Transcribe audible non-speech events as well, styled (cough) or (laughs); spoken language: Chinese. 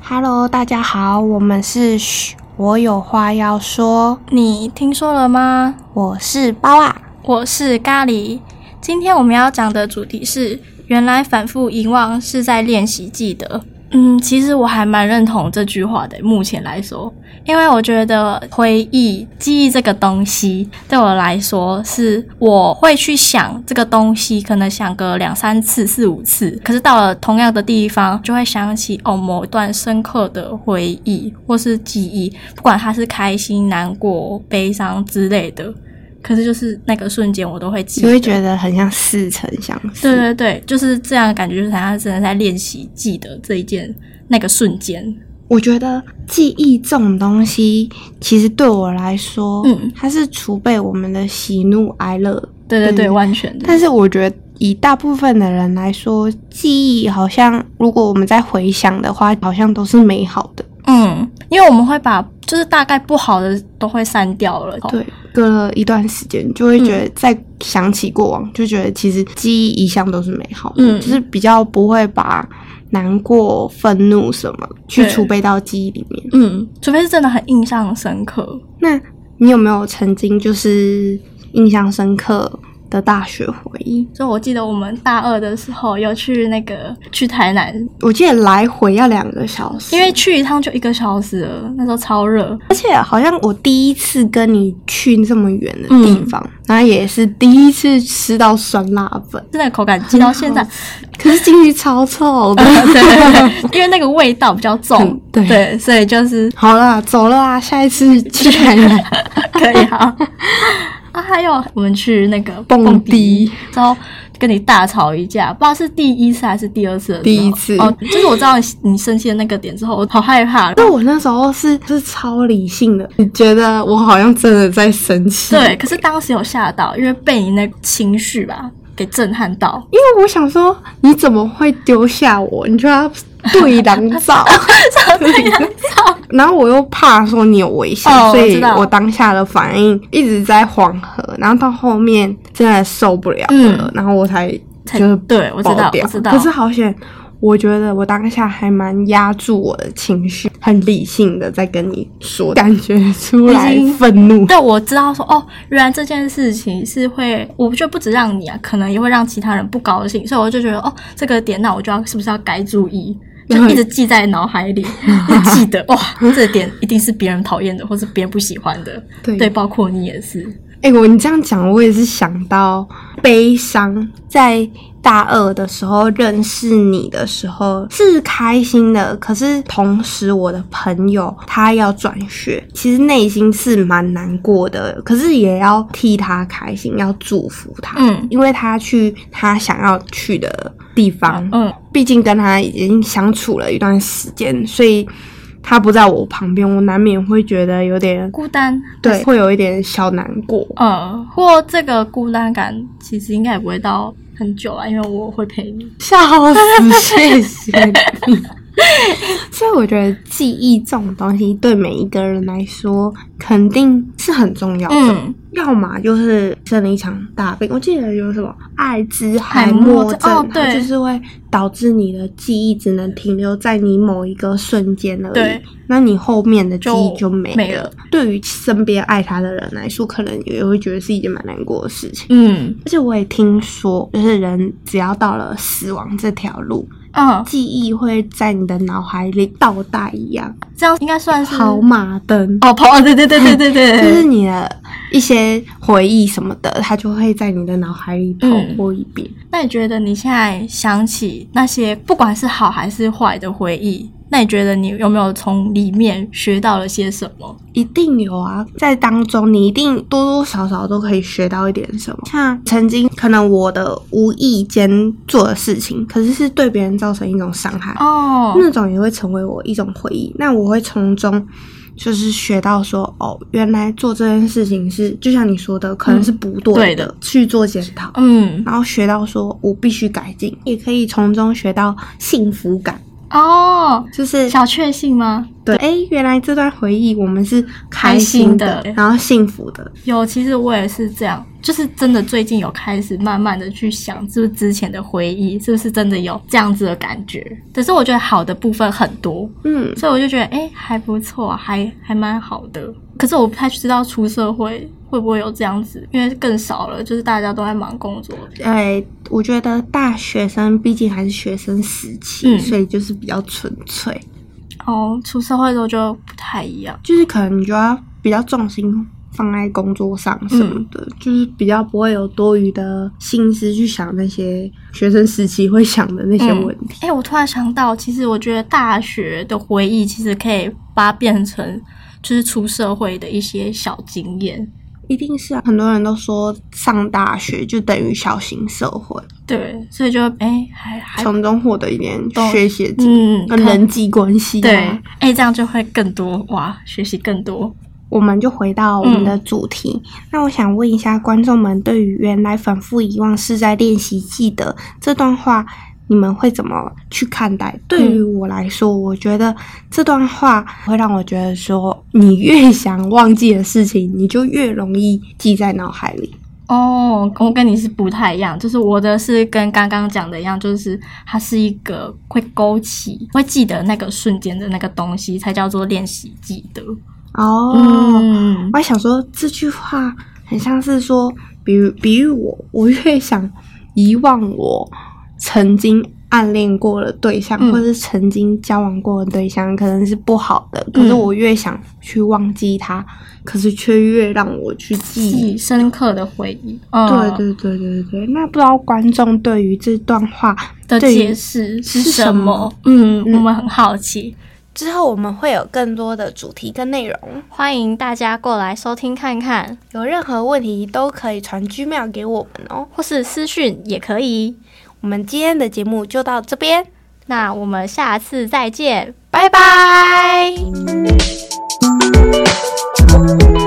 Hello，大家好，我们是嘘，我有话要说，你听说了吗？我是包啊。我是咖喱。今天我们要讲的主题是，原来反复遗忘是在练习记得。嗯，其实我还蛮认同哦这句话的。目前来说，因为我觉得回忆、记忆这个东西，对我来说是我会去想这个东西，可能想个两三次、四五次。可是到了同样的地方，就会想起哦某一段深刻的回忆或是记忆，不管它是开心、难过、悲伤之类的。可是就是那个瞬间，我都会记你得。会觉得很像似曾相识。对对对，就是这样的感觉，就是他真的在练习记得这一件那个瞬间。我觉得记忆这种东西，其实对我来说，嗯它是储备我们的喜怒哀乐。对对对，嗯完全的。但是我觉得，以大部分的人来说，记忆好像，如果我们在回想的话，好像都是美好的。嗯，因为我们会把就是大概不好的都会删掉了。，对，隔了一段时间，就会觉得再想起过往，就觉得其实记忆一向都是美好的，嗯就是比较不会把难过、愤怒什么去对储备到记忆里面。嗯，除非是真的很印象深刻。那你有没有曾经就是印象深刻的大学回忆？就我记得我们大二的时候有去那个去台南，我记得来回要两个小时，因为去一趟就一个小时了，那时候超热。而且好像我第一次跟你去这么远的嗯地方，然后也是第一次吃到酸辣粉，真的口感记到现在， (laughs) 可是进去超臭的。对对对，因为那个味道比较重嗯，对对，所以就是 (laughs) 好啦，走了啊，下一次去台南。 (laughs) (laughs) 可以好。啊，还有我们去那个蹦迪迪之后，跟你大吵一架，不知道是第一次还是第二次的时候。第一次哦，就是我知道你生气的那个点之后，我好害怕。那我那时候是是超理性的，你觉得我好像真的在生气？对，，可是当时有吓到，因为被你那个情绪吧给震撼 (laughs) 到。 (laughs) 因为我想说你怎么会丢下我？你就要对狼照，对呀，然后我又怕说你有危险，哦所我以知道我当下的反应一直在缓和，然后到后面真的受不了了，嗯然后我才 (laughs) 才就是对我知道爆掉我知道可是好险。我觉得我当下还蛮压住我的情绪，很理性的在跟你说，感觉出来已经愤怒。对，我知道说哦，原来这件事情是会，我就不止让你啊，可能也会让其他人不高兴，所以我就觉得哦，这个点那我就要是不是要该注意，就嗯一直记在脑海 (laughs) 里，就记得哇，这点一定是别人讨厌的，或是别人不喜欢的，对包括你也是，哎、我你这样讲，我也是想到悲伤。在大二的时候认识你的时候是开心的，可是同时我的朋友他要转学，其实内心是蛮难过的，可是也要替他开心，要祝福他，嗯因为他去他想要去的地方，嗯，毕竟跟他已经相处了一段时间，所以他不在我旁边，我难免会觉得有点。孤单，对，会有一点小难过。嗯，不过这个孤单感其实应该也不会到很久啊，因为我会陪你，笑死，谢谢 (laughs) 你。所以我觉得记忆这种东西对每一个人来说肯定是很重要的，嗯，要么就是生了一场大病，我记得有什么艾滋海海默默症，症哦它对就是会导致你的记忆只能停留在你某一个瞬间而已。对那你后面的记忆就没了。没了对于身边爱他的人来说，可能也会觉得是一件蛮难过的事情。嗯而且我也听说，就是人只要到了死亡这条路，嗯，记忆会在你的脑海里倒带一样，这样应该算是嗯跑马灯，哦，跑，对对对对对对， (laughs) 就是你的一些回忆什么的，它就会在你的脑海里跑过一遍。那你觉得你现在想起那些不管是好还是坏的回忆，那你觉得你有没有从里面学到了些什么？一定有啊，在当中你一定多多少少都可以学到一点什么。像曾经可能我的无意间做的事情，可是是对别人造成一种伤害，哦那种也会成为我一种回忆。那我会从中就是学到说，哦，原来做这件事情是就像你说的，可能是不对嗯对的，的去做检讨，嗯，然后学到说我必须改进，也可以从中学到幸福感，哦，就是小确幸吗？对，哎，原来这段回忆我们是开的，开心的然后幸福的，有，其实我也是这样，就是真的最近有开始慢慢的去想，是不是之前的回忆是不是真的有这样子的感觉？可是我觉得好的部分很多，嗯，所以我就觉得哎、诶还不错，还还蛮好的。可是我不太知道出社会会不会有这样子，因为更少了，就是大家都在忙工作。哎，我觉得大学生毕竟还是学生时期，嗯所以就是比较纯粹，哦，出社会之后就不太一样。就是可能你就要比较重心放在工作上什么的，嗯就是比较不会有多余的心思去想那些学生时期会想的那些问题。哎、我突然想到，其实我觉得大学的回忆其实可以把它变成就是出社会的一些小经验。一定是、啊、很多人都说上大学就等于小型社会，对，所以就哎、还还从中获得一点懂学习的经验嗯，跟人际关系、啊。对，哎、这样就会更多哇，学习更多。我们就回到我们的主题。那我想问一下观众们，对于“原来反复遗忘是在练习记得”这段话，你们会怎么去看待？对于我来说，我觉得这段话会让我觉得说，你越想忘记的事情，你就越容易记在脑海里。哦，我跟你是不太一样，就是我的是跟刚刚讲的一样，就是它是一个会勾起、会记得那个瞬间的那个东西，才叫做练习记得。哦嗯，我还想说这句话很像是说，比如比喻我，我越想遗忘我曾经暗恋过的对象，嗯或是曾经交往过的对象，可能是不好的，可是嗯我越想去忘记他，可是却越让我去记。记深刻的回忆。嗯，对对对对对，那不知道观众对于这段话的对于解释是是什什么么？嗯，我们很好奇，之后我们会有更多的主题跟内容，欢迎大家过来收听看看，有任何问题都可以传 G 妙给我们哦。或是私讯也可以。我们今天的节目就到这边。那我们下次再见，拜拜。